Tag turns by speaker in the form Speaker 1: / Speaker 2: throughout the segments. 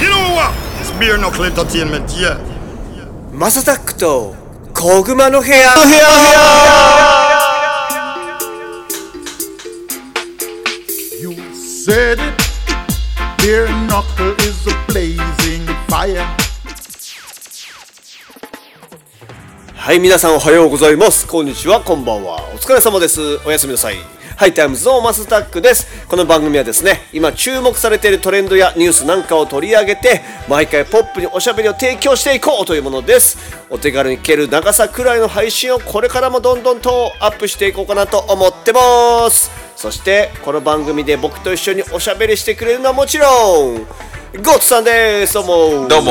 Speaker 1: You know what? It's beer knuckle entertainment, yeah.
Speaker 2: マサタックと小熊の部屋
Speaker 3: You said it. Beer knuckle is a blazing fire.
Speaker 2: はい皆さんおはようございますこんにちはこんばんはお疲れ様ですおやすみなさいハイタイムズのマサタックですこの番組はですね今注目されているトレンドやニュースなんかを取り上げて毎回ポップにおしゃべりを提供していこうというものですお手軽に聞ける長さくらいの配信をこれからもどんどんとアップしていこうかなと思ってますそしてこの番組で僕と一緒におしゃべりしてくれるのはもちろんゴッツさんですどうも
Speaker 4: どうもーお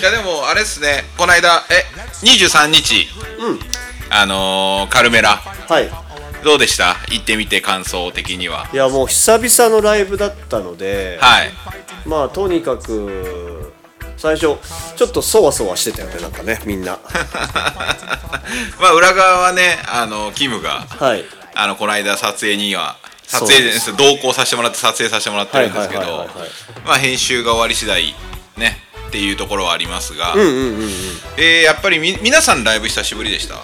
Speaker 4: いやでもあれっすねこの間え23日、あのー、カルメラ
Speaker 2: はい
Speaker 4: どうでした行ってみて感想的にはい
Speaker 2: やもう久々のライブだったので、
Speaker 4: はい
Speaker 2: まあとにかく最初ちょっとそわそわしてたよねなんかねみん な
Speaker 4: まあ裏側はねあのキムが
Speaker 2: はい
Speaker 4: あのこの間撮影には撮
Speaker 2: そう
Speaker 4: 影
Speaker 2: で
Speaker 4: ですす同行させてもらって撮影させてもらってるんですけど
Speaker 2: はいはいはいはいはい
Speaker 4: まあ編集が終わり次第ねっていうところはありますが、
Speaker 2: うんうんうんうん
Speaker 4: えーやっぱりみ皆さんライブ久しぶりでした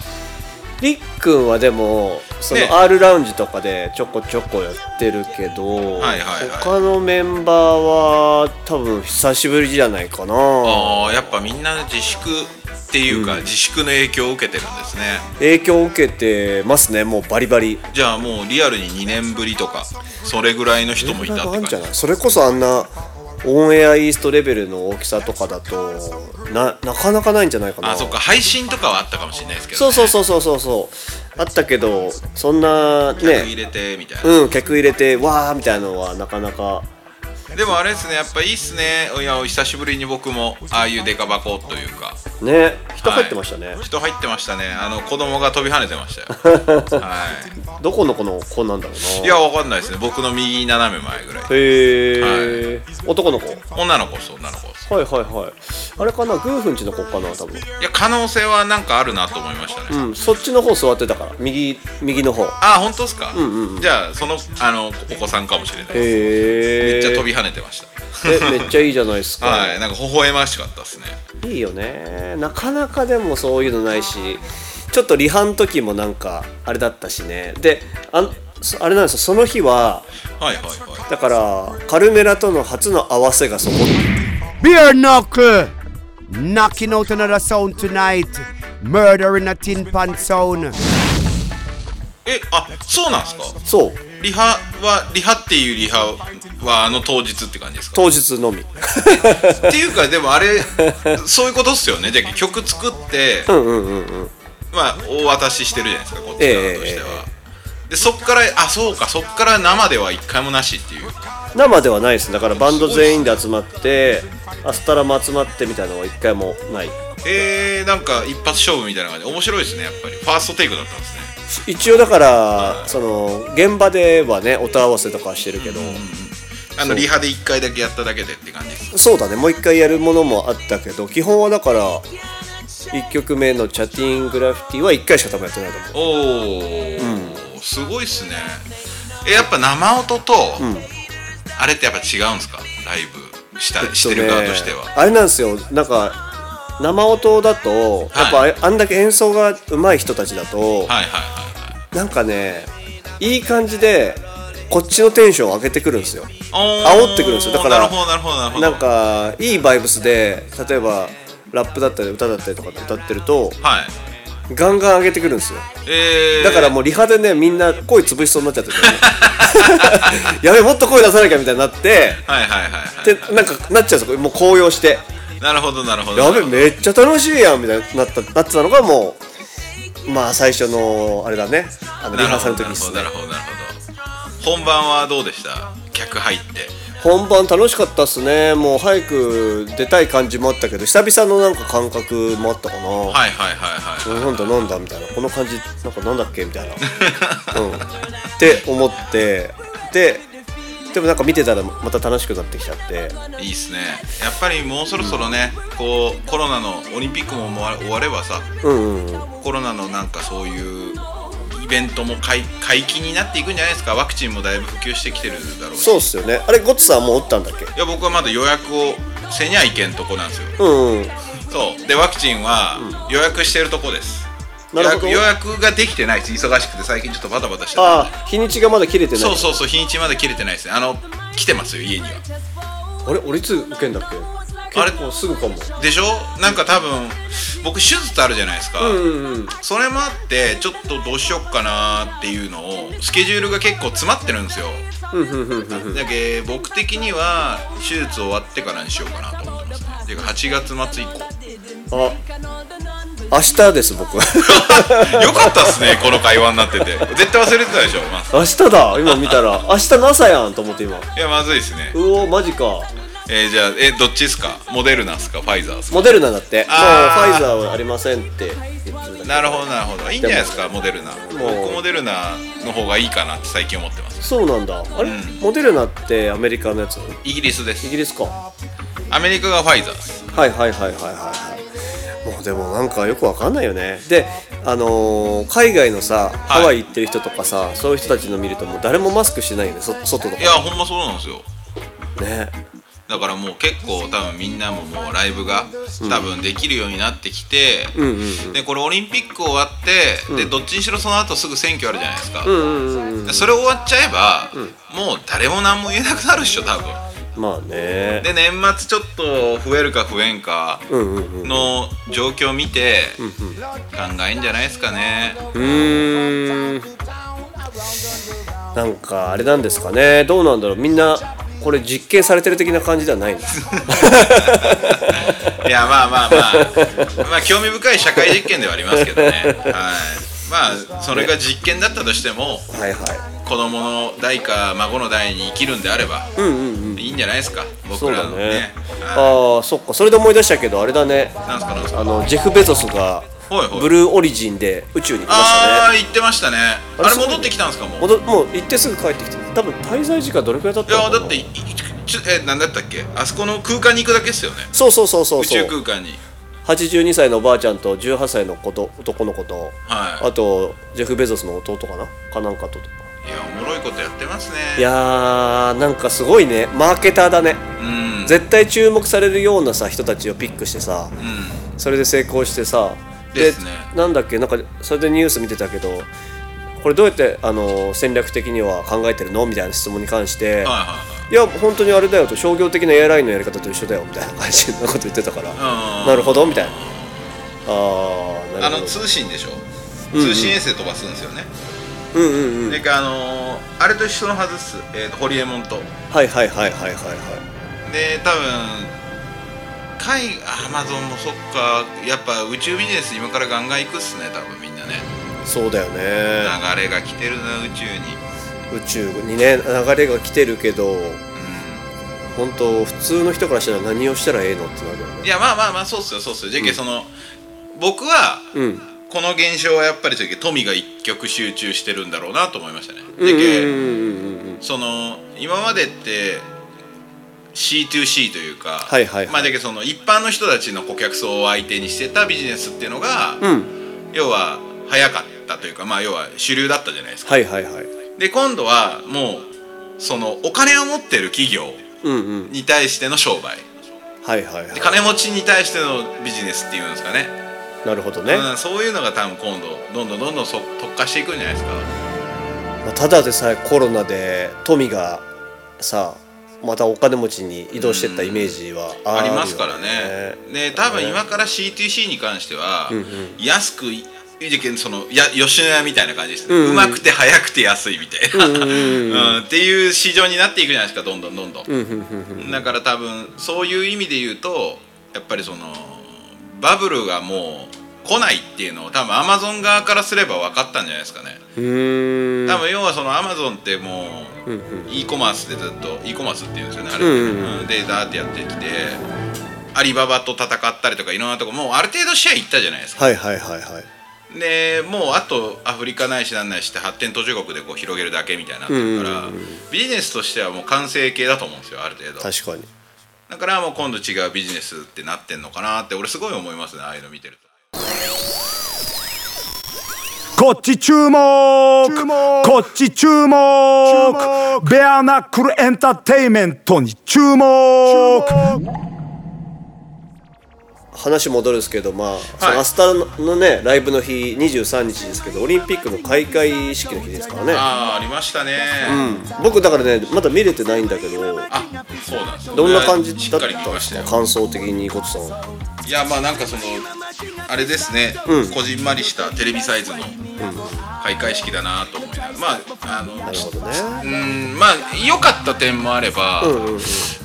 Speaker 2: りっくんはでもそ
Speaker 4: ね
Speaker 2: の R ラウンジとかでちょこちょこやってるけど、
Speaker 4: はいはいはい
Speaker 2: 他のメンバーは多分久しぶりじゃないかな
Speaker 4: あーやっぱみんな自粛っていうか、自粛の影響を受けてるんですね
Speaker 2: 影響を受けてますねもうバリバリ
Speaker 4: じゃあもうリアルに2年ぶりとかそれぐらいの人もいたって
Speaker 2: なんかあ
Speaker 4: 感
Speaker 2: ん
Speaker 4: じ
Speaker 2: じゃないそれこそあんなオンエアイーストレベルの大きさとかだとななかなかないんじゃないかな
Speaker 4: あそっか配信とかはあったかもしれないですけど、
Speaker 2: そ
Speaker 4: ね、
Speaker 2: うそうそうそうそうそうあったけどそんな
Speaker 4: 入
Speaker 2: ね
Speaker 4: れてみたいな、
Speaker 2: うん客入れてわーみたいなのはなかなか
Speaker 4: でもあれですねやっぱいいっすねいや久しぶりに僕もああいうデカ箱というか
Speaker 2: ね人入ってましたね、
Speaker 4: はい人入ってましたねあの子供が飛び跳ねてまし たよは
Speaker 2: どこの子の子なんだろう
Speaker 4: い
Speaker 2: ない
Speaker 4: やわかんないですね僕の右斜め前ぐらい
Speaker 2: へえ、男の子はい
Speaker 4: 女の子です女の子です
Speaker 2: はいはいあれかなグーフンチの子かな多分
Speaker 4: いや可能性はなんかあるなと思いましたね、
Speaker 2: うんそっちの方座ってたから右右の方へ
Speaker 4: あ本当ですか、
Speaker 2: ん
Speaker 4: じゃあそのあのお子さんかもしれないです
Speaker 2: え
Speaker 4: めっちゃ飛び跳ねてました
Speaker 2: えめっちゃいいじゃないですか、
Speaker 4: はいなんか微笑ましかったですね
Speaker 2: いいよねなかなかでもそういうのないしちょっとリハの時もなんかあれだったしねであんそあれなんですよその日は
Speaker 4: はいはいは
Speaker 2: だからカルメラとの初の合わせがそこ
Speaker 5: Beer Knuckle! Knocking out another sound tonight. Murdering a tin pan sound.
Speaker 4: いえあそうなんですか
Speaker 2: そう
Speaker 4: リハはリハっていうリハはあの当日って感じですか
Speaker 2: 当日のみ
Speaker 4: っていうかでもあれそういうことっすよねじゃあ曲作って
Speaker 2: うんうんうんうん
Speaker 4: まあ大渡ししてるじゃないですかこっち
Speaker 2: ええ
Speaker 4: 側としては、でそっからあそうかそっから生では一回もなしっていう
Speaker 2: 生ではないですだからバンド全員で集まってアスタラも集まってみたいなのは一回もない
Speaker 4: えー、なんか一発勝負みたいな感じ面白いですねやっぱりファーストテイクだったんですね
Speaker 2: 一応だからその現場ではね音合わせとかはしてるけど、
Speaker 4: あのリハで1回だけやっただけでって感じです
Speaker 2: そうだねもう一回やるものもあったけど基本はだから1曲目の「チャティングラフィティ」は1回しか多分やってないと思う
Speaker 4: おお、すごいっすねえやっぱ生音と、あれってやっぱ違うんですかライブしたしてる側としては、
Speaker 2: えっねあれなんですよなんか生音だとやっぱあ,、
Speaker 4: は
Speaker 2: あんだけ演奏が上手い人たちだと、
Speaker 4: はいはいはいはい
Speaker 2: なんかねいい感じでこっちのテンションを上げてくるんですよ
Speaker 4: おー
Speaker 2: 煽ってくるんですよだから
Speaker 4: なるほどなるほどなるほど
Speaker 2: なんかいいバイブスで例えばラップだったり歌だったりとかで歌ってると
Speaker 4: はい
Speaker 2: ガンガン上げてくるんですよ
Speaker 4: えー、
Speaker 2: だからもうリハでねみんな声潰しそうになっちゃ ってて、やべもっと声出さなきゃみたいになって
Speaker 4: はいはいはい
Speaker 2: で
Speaker 4: は
Speaker 2: なんかなっちゃうんですよもう高揚して
Speaker 4: いなるほどなるほど
Speaker 2: やべめっちゃ楽しいやんみたいになったなってたのがもうまあ最初のあれだねあのリ
Speaker 4: な
Speaker 2: ハーサ
Speaker 4: る
Speaker 2: ル
Speaker 4: ほ
Speaker 2: の時
Speaker 4: どなる
Speaker 2: です
Speaker 4: ほど
Speaker 2: ね
Speaker 4: なるほどなるほど本番はどうでした客入って
Speaker 2: 本番楽しかったっすねもう早く出たい感じもあったけど久々のなんか感覚もあったかな、
Speaker 4: はいはいはいはい、
Speaker 2: うんなんだなんだみたいなこの感じなんかなんだっけみ たいな、うん、って思ってででもなんか見てたらまた楽しくなってきちゃって
Speaker 4: いいっすねやっぱりもうそろそろねこうコロナのオリンピックも終わ終わればさ
Speaker 2: うんうんうん
Speaker 4: コロナのなんかそういうイベントも解解禁になっていくんじゃないですかワクチンもだいぶ普及してきてるだろうし
Speaker 2: そうっすよねあれゴッツさんもう打ったんだっけ
Speaker 4: いや僕はまだ予約をせにゃいけんとこなんですよ
Speaker 2: うんうん
Speaker 4: そうでワクチンは予約してるとこです、
Speaker 2: な
Speaker 4: 予
Speaker 2: るほど
Speaker 4: 約予約ができてないです忙しくて最近ちょっとバタバタしてた
Speaker 2: ああ日にちがまだ切れてない
Speaker 4: そうそうそう日にちまだ切れてないですねあの来てますよ家には
Speaker 2: あれ俺いつ受けんだっけ
Speaker 4: あれ
Speaker 2: 結構すぐかも
Speaker 4: でしょなんか多分僕手術あるじゃないですか、
Speaker 2: うんうん
Speaker 4: それもあってちょっとどうしよっかなっていうのをスケジュールが結構詰まってるんですよ
Speaker 2: うんうんうんうんうん
Speaker 4: だけど僕的には手術終わってからにしようかなと思ってますねていうか8月末以降
Speaker 2: あ明日です僕
Speaker 4: よかったっすねこの会話になってて絶対忘れてたでしょ、まあ、
Speaker 2: 明日だ今見たら明日の朝やんと思って今
Speaker 4: いやまずいですね
Speaker 2: うおマジか
Speaker 4: えー、じゃあえどっちっすかモデルナっすかファイザーっすか
Speaker 2: モデルナだってもうフ
Speaker 4: あー
Speaker 2: ァイザーはありませんって言ってるだけ
Speaker 4: なるほどなるほどいいんじゃないですかモデルナ
Speaker 2: も
Speaker 4: 僕モデルナの方がいいかなって最近思ってます
Speaker 2: そうなんだあれ、
Speaker 4: うん
Speaker 2: モデルナってアメリカのやつイ
Speaker 4: イギリスです
Speaker 2: ギリスかは
Speaker 4: アメリカがファイザーっす
Speaker 2: いはいはいはいはいはいもうでもなんかよくわかんないよねであのー海外のさハワイ行ってる人とかさ、そういう人たちの見るともう誰もマスクしてないよねそ外とか
Speaker 4: いやほんまそうなんですよ
Speaker 2: ね
Speaker 4: だからもう結構多分みんなももうライブが多分できるようになってきて、
Speaker 2: うんうん
Speaker 4: でこれオリンピック終わって、でどっちにしろその後すぐ選挙あるじゃないですか、
Speaker 2: うんうんうんうん
Speaker 4: でそれ終わっちゃえば、もう誰も何も言えなくなるっしょ多分
Speaker 2: まあね
Speaker 4: で年末ちょっと増えるか増えんか
Speaker 2: うんうんうん
Speaker 4: の状況を見て考えんじゃないですかね
Speaker 2: うーんなんかあれなんですかねどうなんだろうみんなこれ実験されてる的な感じではないの
Speaker 4: いやまあまあ まあまあ興味深い社会実験ではありますけどねはいまあそれが実験だったとしても
Speaker 2: はいは
Speaker 4: 子供の代か孫の代に生きるんであれば、
Speaker 2: いうんうんうん
Speaker 4: いいんじゃないですか
Speaker 2: そ
Speaker 4: 僕
Speaker 2: う
Speaker 4: ら
Speaker 2: だ
Speaker 4: の
Speaker 2: ね
Speaker 4: ね
Speaker 2: あ
Speaker 4: は
Speaker 2: あそっかそれで思い出したけどあれだね
Speaker 4: いなんすかなんすか
Speaker 2: あのジェフ・ベゾスが
Speaker 4: ほいほい
Speaker 2: ブルーオリジンで宇宙に行きました
Speaker 4: ああ
Speaker 2: ね
Speaker 4: ー行ってましたね
Speaker 2: あ
Speaker 4: あ
Speaker 2: れ
Speaker 4: れ
Speaker 2: すごい
Speaker 4: 戻ってきたんですかもう
Speaker 2: 戻もう行ってすぐ帰ってきて多分滞在時間どれくらい経っ
Speaker 4: い
Speaker 2: たの
Speaker 4: や
Speaker 2: かな
Speaker 4: だっていいちょえなんだったっけあそこの空間に行くだけっすよね
Speaker 2: そうそうそうそう
Speaker 4: 宇
Speaker 2: そ
Speaker 4: 宙
Speaker 2: う
Speaker 4: 空間に
Speaker 2: 82歳のおばあちゃんと18歳の子と男の子と、
Speaker 4: はい
Speaker 2: あとジェフ・ベゾスの弟かなかなんかと
Speaker 4: いやおもろいことやってますね
Speaker 2: いやーなんかすごいねマーケターだね
Speaker 4: うん
Speaker 2: 絶対注目されるようなさ人たちをピックしてさ
Speaker 4: うん
Speaker 2: それで成功してさ
Speaker 4: ですね
Speaker 2: なんだっけなんかそれでニュース見てたけどこれどうやってあの戦略的には考えてるのみたいな質問に関して、
Speaker 4: はい
Speaker 2: いや本当にあれだよと商業的なエアラインのやり方と一緒だよみたいな感じのこと言ってたから
Speaker 4: はいはい
Speaker 2: なるほ
Speaker 4: ど
Speaker 2: どみたいなあーな
Speaker 4: あ
Speaker 2: る
Speaker 4: の
Speaker 2: ほど
Speaker 4: 通信でしょ
Speaker 2: うんうん
Speaker 4: 通信衛星飛ばすんですよね、
Speaker 2: うんうんうん
Speaker 4: であのーあれと一緒のはずっす、えーとホリエモンと
Speaker 2: はいはいはいはいはいはい
Speaker 4: で多分海アマゾンもそっかやっぱ宇宙ビジネス今からガンガン行くっすね多分みんなね
Speaker 2: そうだよね
Speaker 4: 流れが来てるな宇宙に
Speaker 2: 宇宙にね流れが来てるけど本当普通の人からしたら何をしたらええのってなるよ
Speaker 4: うん
Speaker 2: ね
Speaker 4: いやまあまあまあそうっすよそうっすよじゃけ、その僕は
Speaker 2: うん
Speaker 4: この現象はやっぱりじゃけ富が一極集中してるんだろうなと思いましたね
Speaker 2: うんう
Speaker 4: じゃ
Speaker 2: んう
Speaker 4: け、
Speaker 2: んうんうん
Speaker 4: その今までって C2C というか、
Speaker 2: はいはいはい
Speaker 4: まあだけどその一般の人たちの顧客層を相手にしてたビジネスっていうのが、
Speaker 2: うん
Speaker 4: 要は早かったというかまあ要は主流だったじゃないですか、
Speaker 2: はいはいはい
Speaker 4: で今度はもうそのお金を持ってる企業
Speaker 2: うんうん
Speaker 4: に対しての商売
Speaker 2: はいはいはい
Speaker 4: で金持ちに対してのビジネスっていうんですかね
Speaker 2: なるほどね、ま
Speaker 4: うん、そういうのが多分今度どんどんどんどんそ特化していくんじゃないですか
Speaker 2: あただでさえコロナで富がさまたお金持ちに移動してったイメージはあ,、
Speaker 4: ありますからねで多分今から CTC に関しては、
Speaker 2: んうん
Speaker 4: 安くいいじけんそのや吉野家みたいな感じですね、
Speaker 2: う
Speaker 4: うん
Speaker 2: うん
Speaker 4: まくて早くて安いみたいな、
Speaker 2: うんうんうん
Speaker 4: うんっていう市場になっていくじゃないですかどんどんどんどん、
Speaker 2: うんうんうんうん
Speaker 4: だから多分そういう意味で言うとやっぱりそのバブルがもう来ないっていうのを多分アマゾン側からすれば分かったんじゃないですかね
Speaker 2: うーん
Speaker 4: 多分要はそのアマゾンってもう、
Speaker 2: うんうん
Speaker 4: e コマースでずっと e コマースっていうんですよねあれ、
Speaker 2: うんうん
Speaker 4: うんでダーってやってきてアリババと戦ったりとかいろんなとこもうある程度シェアいったじゃないですか
Speaker 2: はいはいはいはい
Speaker 4: でもうあとアフリカないしなんないしって発展途上国でこう広げるだけみたいになってるから、
Speaker 2: うんうんうん
Speaker 4: ビジネスとしてはもう完成形だと思うんですよある程度
Speaker 2: 確かに
Speaker 4: だからもう今度違うビジネスってなってんのかなって俺すごい思いますねああいうの見てると
Speaker 6: こっち注目こっち注目ベアナックルエンターテイメントに注目
Speaker 2: 話戻るんですけど、まあ、その明日のね、ライブの日、23日ですけど、オリンピックの開会式の日ですからね。
Speaker 4: ああありましたね、
Speaker 2: 僕だからね、まだ見れてないんだけど、
Speaker 4: あそうなんですよ
Speaker 2: どんな感じ
Speaker 4: し
Speaker 2: だ
Speaker 4: っ
Speaker 2: っ
Speaker 4: か
Speaker 2: たん
Speaker 4: り
Speaker 2: で
Speaker 4: 見まし
Speaker 2: す
Speaker 4: た
Speaker 2: か
Speaker 4: よ
Speaker 2: 感想的に、ことさんは。
Speaker 4: いやまあなんかそのあれですね、こじんまりしたテレビサイズの開会式だなと思いながらまああの
Speaker 2: なるほどね。
Speaker 4: うんまあ良かった点もあれば、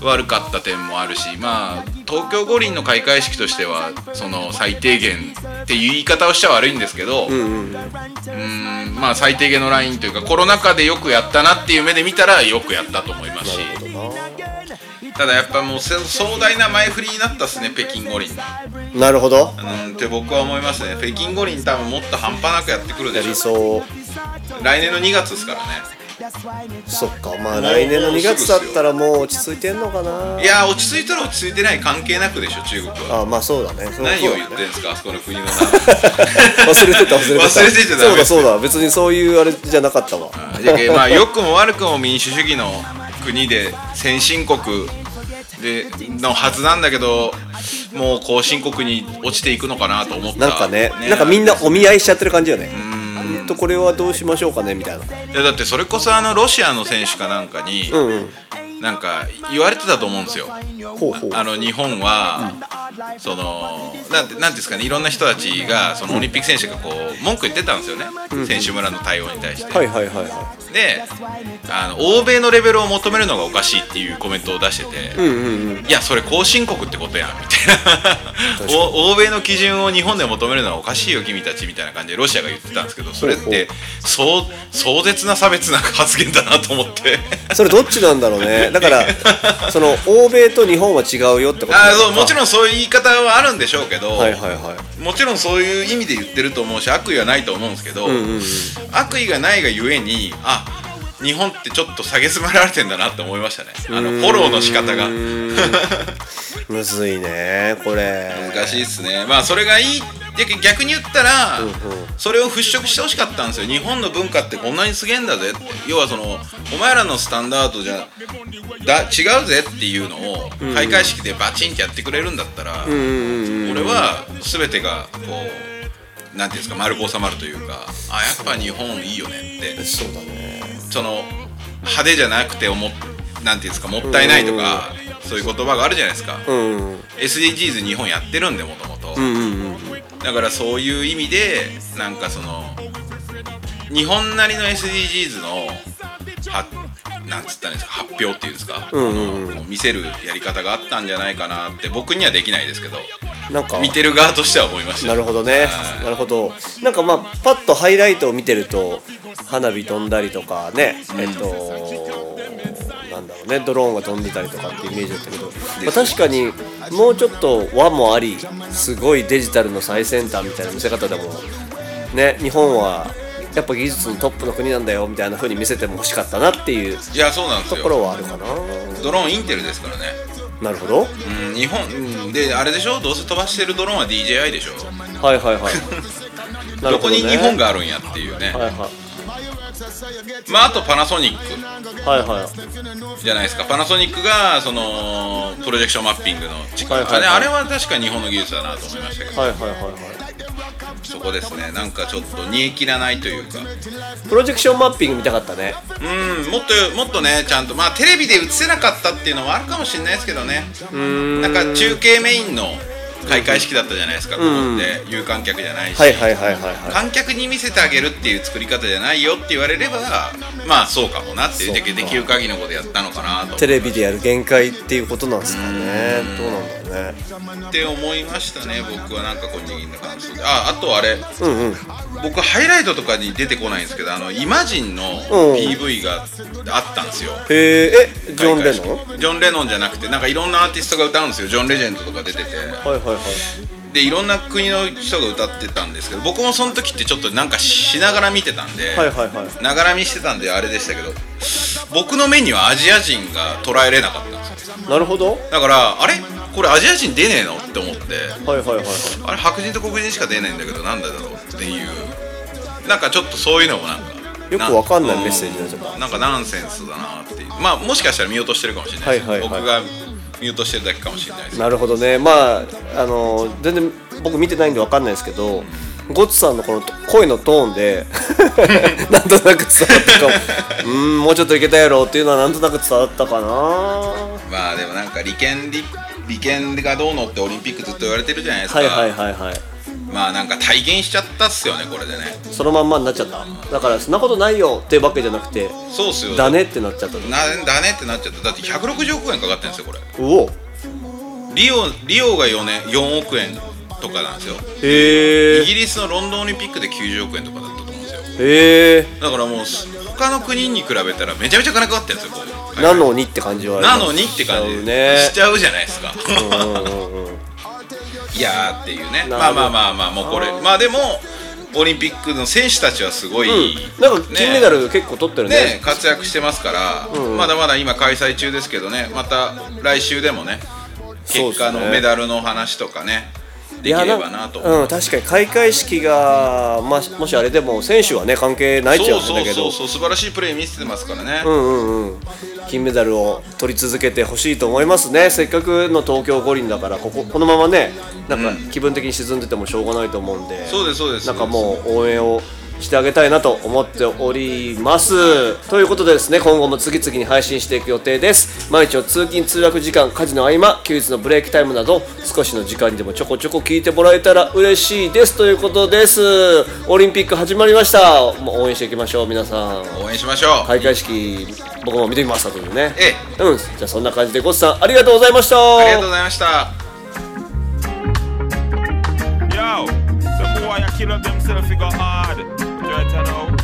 Speaker 4: 悪かった点もあるしまあ東京五輪の開会式としてはその最低限っていう言い方をしちゃ悪いんですけど、うんまあ最低限のラインというかコロナ禍でよくやったなっていう目で見たらよくやったと思いますしただやっぱもうせ壮大な前振りになったっすね北京五輪
Speaker 2: なるほど。
Speaker 4: うんって僕は思いますね北京五輪多分もっと半端なくやってくるで
Speaker 2: や
Speaker 4: し
Speaker 2: り
Speaker 4: ょ
Speaker 2: そう。
Speaker 4: 来年の2月ですからね
Speaker 2: そっか、まあ来年の2月だったらもう落ち着いてんのかない
Speaker 4: やー落ち着いたら落ち着いてない関係なくでしょ中国は
Speaker 2: あ、まあそうだね。そう
Speaker 4: 何を言
Speaker 2: そ
Speaker 4: っ
Speaker 2: うだ
Speaker 4: て
Speaker 2: ね
Speaker 4: んですかあそこの国の名
Speaker 2: 忘れてた、忘れてた。
Speaker 4: 忘れてちゃ
Speaker 2: そ
Speaker 4: ダメ
Speaker 2: うだ、そうだ。別にそういうあれじゃなかったわ。
Speaker 4: 前じゃけまあ良くも悪くも民主主義の国で先進国でのはずなんだけどもう後進国に落ちていくのかなと思った
Speaker 2: なんかね、なんかみんなお見合いしちゃってる感じよね。
Speaker 4: うん
Speaker 2: とこれはどうしましょうかねみたいな。
Speaker 4: いやだってそれこそあのロシアの選手かなんかに、
Speaker 2: うんうん。
Speaker 4: なんか言われてたと思うんですよ
Speaker 2: ほうほう。
Speaker 4: あの日本は、そのなんてなんていうんですかねいろんな人たちがそのオリンピック選手がこう文句言ってたんですよね、選手村の対応に対して、
Speaker 2: はいはいはいは
Speaker 4: であの欧米のレベルを求めるのがおかしいっていうコメントを出してて、
Speaker 2: い。うんうんうん。
Speaker 4: いやそれ後進国ってことやんみたいなお欧米の基準を日本で求めるのはおかしいよ君たちみたいな感じでロシアが言ってたんですけどそれっ
Speaker 2: ほうほ
Speaker 4: てそう壮絶な差別な発言だなと思って
Speaker 2: それどっちなんだろうね。だ から、その欧米と日本は違うよってこと
Speaker 4: あーそうもち
Speaker 2: ん。
Speaker 4: ろんそういう言い方はあるんでしょうけど、
Speaker 2: はいはいはい。
Speaker 4: もちろんそういう意味で言ってると思うし悪意はないと思うんですけど、
Speaker 2: うんうん。
Speaker 4: 悪意がないがゆえにあ日本ってちょっと蔑まられてんだなって思いましたねあのフォローの仕方が
Speaker 2: むずいね、これ。
Speaker 4: 難しいっすねまあそれがいいで逆に言ったら、それを払拭してほしかったんですよ日本の文化ってこんなにすげえんだぜって要はそのお前らのスタンダードじゃだ違うぜっていうのを開会式でバチンってやってくれるんだったら、
Speaker 2: うんうんうん。
Speaker 4: 俺は全てがこうなんていうんですか丸く収まるというかあやっぱ日本いいよねって
Speaker 2: そうだね。
Speaker 4: その派手じゃなくておもなんていうんですかもったいないとかそういう言葉があるじゃないですか、
Speaker 2: うんうん。
Speaker 4: SDGs 日本やってるんでもともと
Speaker 2: うんうんうん。
Speaker 4: だからそういう意味でなんかその日本なりの SDGs のはなんつったらいいんですか発表っていうんですか、
Speaker 2: んうん
Speaker 4: この見せるやり方があったんじゃないかなって僕にはできないですけど
Speaker 2: なんか
Speaker 4: 見てる側としては思いました
Speaker 2: なるほどね
Speaker 4: はい
Speaker 2: なるほどなんかまあパッとハイライトを見てると花火飛んだりとかね、えっとなんだろうねドローンが飛んでたりとかってイメージだったけど、まあ、確かにもうちょっと和もありすごいデジタルの最先端みたいな見せ方でもね日本はやっぱ技術のトップの国なんだよみたいな風に見せても欲しかったなっていう
Speaker 4: いやそうなんです
Speaker 2: と
Speaker 4: よ
Speaker 2: ころはあるかな
Speaker 4: ドローンインテルですからね、
Speaker 2: なるほど
Speaker 4: うん、日本うんであれでしょどうせ飛ばしてるドローンは DJI でしょ
Speaker 2: はいはい はい
Speaker 4: ど,、
Speaker 2: なる
Speaker 4: こ
Speaker 2: ほね
Speaker 4: に日本があるんやっていうね、
Speaker 2: はいは
Speaker 4: まああとパナソニック
Speaker 2: いはいはい
Speaker 4: じゃないですかパナソニックがそのプロジェクションマッピングの力、
Speaker 2: はいはいはい
Speaker 4: あれあれは確か日本の技術だなと思いましたけど、
Speaker 2: はいはいはいはい
Speaker 4: そこですねなんかちょっと煮え切らないというか
Speaker 2: プロジェクションマッピング見たかったね
Speaker 4: うんもっともっとねちゃんとまあテレビで映せなかったっていうのもあるかもしれないですけどねなんか中継メインの開会式だったじゃないですかここって有観客じゃないし、
Speaker 2: はいはいはいはいはい
Speaker 4: 観客に見せてあげるっていう作り方じゃないよって言われればまあそうかもなっていう
Speaker 2: そう
Speaker 4: で
Speaker 2: か
Speaker 4: できる限りのことやったのかなと
Speaker 2: テレビでやる限界っていうことなんですかねどうなんだろうね
Speaker 4: って思いましたね僕はなんか個人的な感想でああとあれ
Speaker 2: うんうん
Speaker 4: 僕ハイライトとかに出てこないんですけどあのイマジンの
Speaker 2: ん
Speaker 4: PV があったんですよ
Speaker 2: へええジョン・レノン
Speaker 4: ンジョン・レノンじゃなくてなんかいろんなアーティストが歌うんですよジョン・レジェンドとか出てて
Speaker 2: はいはいはい
Speaker 4: でいろんな国の人が歌ってたんですけど僕もその時ってちょっとなんかしながら見てたんで、
Speaker 2: はいはいはい
Speaker 4: ながら見してたんであれでしたけど僕の目にはアジア人が捉えれなかったんですよ
Speaker 2: なるほど
Speaker 4: だからあれこれアジア人出ねえのって思って
Speaker 2: はいはいはいはい
Speaker 4: あれ白人と黒人しか出ないんだけどなんだろうっていうなんかちょっとそういうのもなんか
Speaker 2: よくわかんないメッセージになっちゃった
Speaker 4: うんなんかナンセンスだなっていうまあもしかしたら見落としてるかもしれないです、
Speaker 2: はいはいはい
Speaker 4: 僕が見落としてるだけかもしれないです
Speaker 2: なるほどねまああの全然僕見てないんでわかんないですけどゴッツさんのこの声のトーン でなんとなく伝わったかもうーんもうちょっといけたやろっていうのはなんとなく伝わったかな
Speaker 4: まあでもなんか利権利利権がどうのってオリンピックずっと言われてるじゃないですか、
Speaker 2: はいはいはいはい
Speaker 4: まあなんか体現しちゃったっすよねこれでね
Speaker 2: そのまんまになっちゃっただからそんなことないよってわけじゃなくて
Speaker 4: そうっすよ
Speaker 2: だねってなっちゃった
Speaker 4: なだねってなっちゃっただって160億円かかってるんですよこれ
Speaker 2: うお
Speaker 4: リオリオが4年4億円とかなんですよ
Speaker 2: へ
Speaker 4: イ
Speaker 2: え
Speaker 4: ギリスのロンドンオリンピックで90億円とかだったと思うんですよ
Speaker 2: へえ
Speaker 4: だからもうす他の国に比べたらめちゃめちゃ金かかってるんですよこう
Speaker 2: なのにって感じはありま
Speaker 4: な
Speaker 2: す
Speaker 4: のにって感じ
Speaker 2: ね
Speaker 4: しちゃうじゃないですか
Speaker 2: うんうんうん
Speaker 4: いやーっていう
Speaker 2: な
Speaker 4: ね
Speaker 2: るほど
Speaker 4: まあまあまあまあもうこれまあでもオリンピックの選手たちはすごい、
Speaker 2: なんか金メダ
Speaker 4: ル
Speaker 2: ル結構取ってるね
Speaker 4: ね活躍してますから、まだまだ今開催中ですけどねまた来週でもね
Speaker 2: そうっすね
Speaker 4: 結果のメダルの話とかね
Speaker 2: い
Speaker 4: でき
Speaker 2: や
Speaker 4: ればなと
Speaker 2: んうん、確かに開会式が、まあ、もしあれでも選手はね関係ないっちゃ
Speaker 4: そうう
Speaker 2: だ
Speaker 4: んそう
Speaker 2: け
Speaker 4: そ
Speaker 2: ど
Speaker 4: うそう素晴らしいプレー見せてますからね、
Speaker 2: うんうんうん金メダルを取り続けてほしいと思いますねせっかくの東京五輪だからこここのままねなんか気分的に沈んでてもしょうがないと思うんで、
Speaker 4: そうですそうです
Speaker 2: なんかもう応援をしてあげたいなと思っておりますということでですね今後も次々に配信していく予定です毎日の通勤通学時間家事の合間休日のブレイクタイムなど少しの時間にでもちょこちょこ聞いてもらえたら嬉しいですということですオリンピック始まりましたもう応援していきましょう皆さん
Speaker 4: 応援しましょう、
Speaker 2: 開会式僕も見てみましたというね
Speaker 4: え
Speaker 2: うんじゃあそんな感じでゴッツさんありがとうございました
Speaker 4: ありがとうございました。
Speaker 7: Yo, the boy I kill up themself, he got hard. Do I tell you?